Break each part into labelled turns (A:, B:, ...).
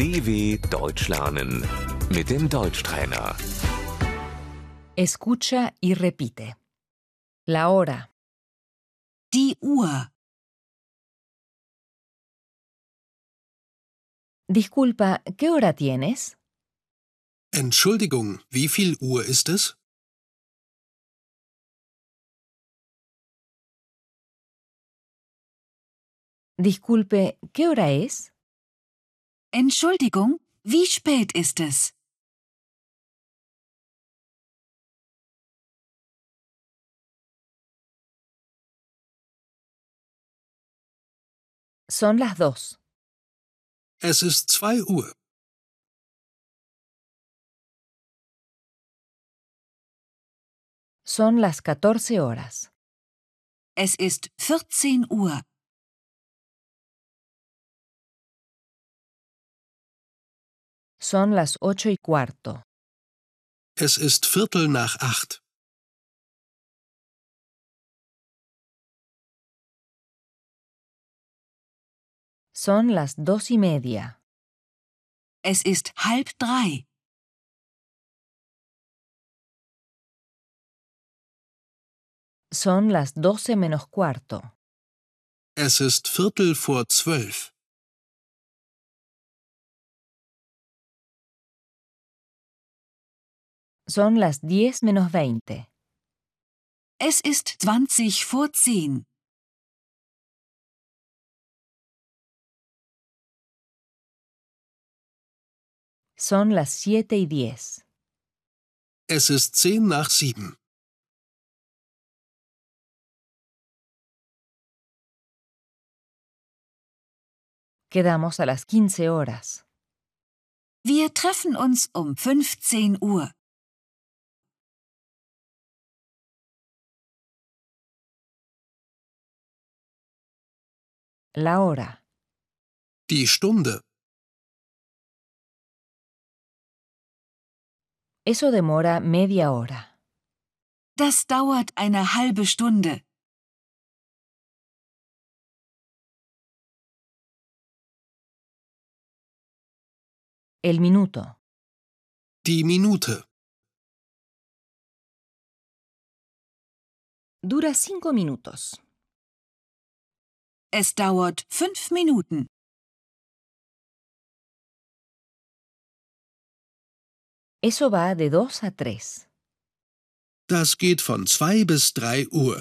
A: DW Deutsch lernen mit dem Deutschtrainer.
B: Escucha y repite. La hora,
C: Die Uhr.
B: disculpa, ¿qué hora tienes?
D: Entschuldigung, wie viel Uhr ist es?
B: Disculpe, ¿qué hora es?
C: Entschuldigung, wie spät ist es?
B: Son las dos.
D: Es ist zwei Uhr.
B: Son las 14 horas.
C: Es ist 14 Uhr.
B: Son las ocho y cuarto.
D: Es ist Viertel nach acht.
B: Son las dos y media.
C: Es ist halb drei.
B: Son las doce menos cuarto.
D: Es ist Viertel vor zwölf.
B: Son las diez menos veinte.
C: Es ist 20 vor 10.
B: Son las siete y diez.
D: Es ist zehn nach sieben.
B: Quedamos a las 15 horas.
C: Wir treffen uns um 15 Uhr.
B: La hora,
D: Die Stunde.
B: eso demora media hora.
C: Das dauert eine halbe Stunde.
B: El minuto,
D: Die Minute.
B: dura cinco minutos.
C: Es dauert fünf Minuten.
B: Eso va de dos a tres.
D: Das geht von zwei bis drei Uhr.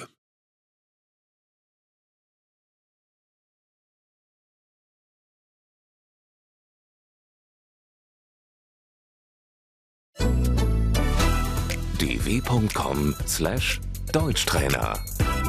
A: dw.com/deutschtrainer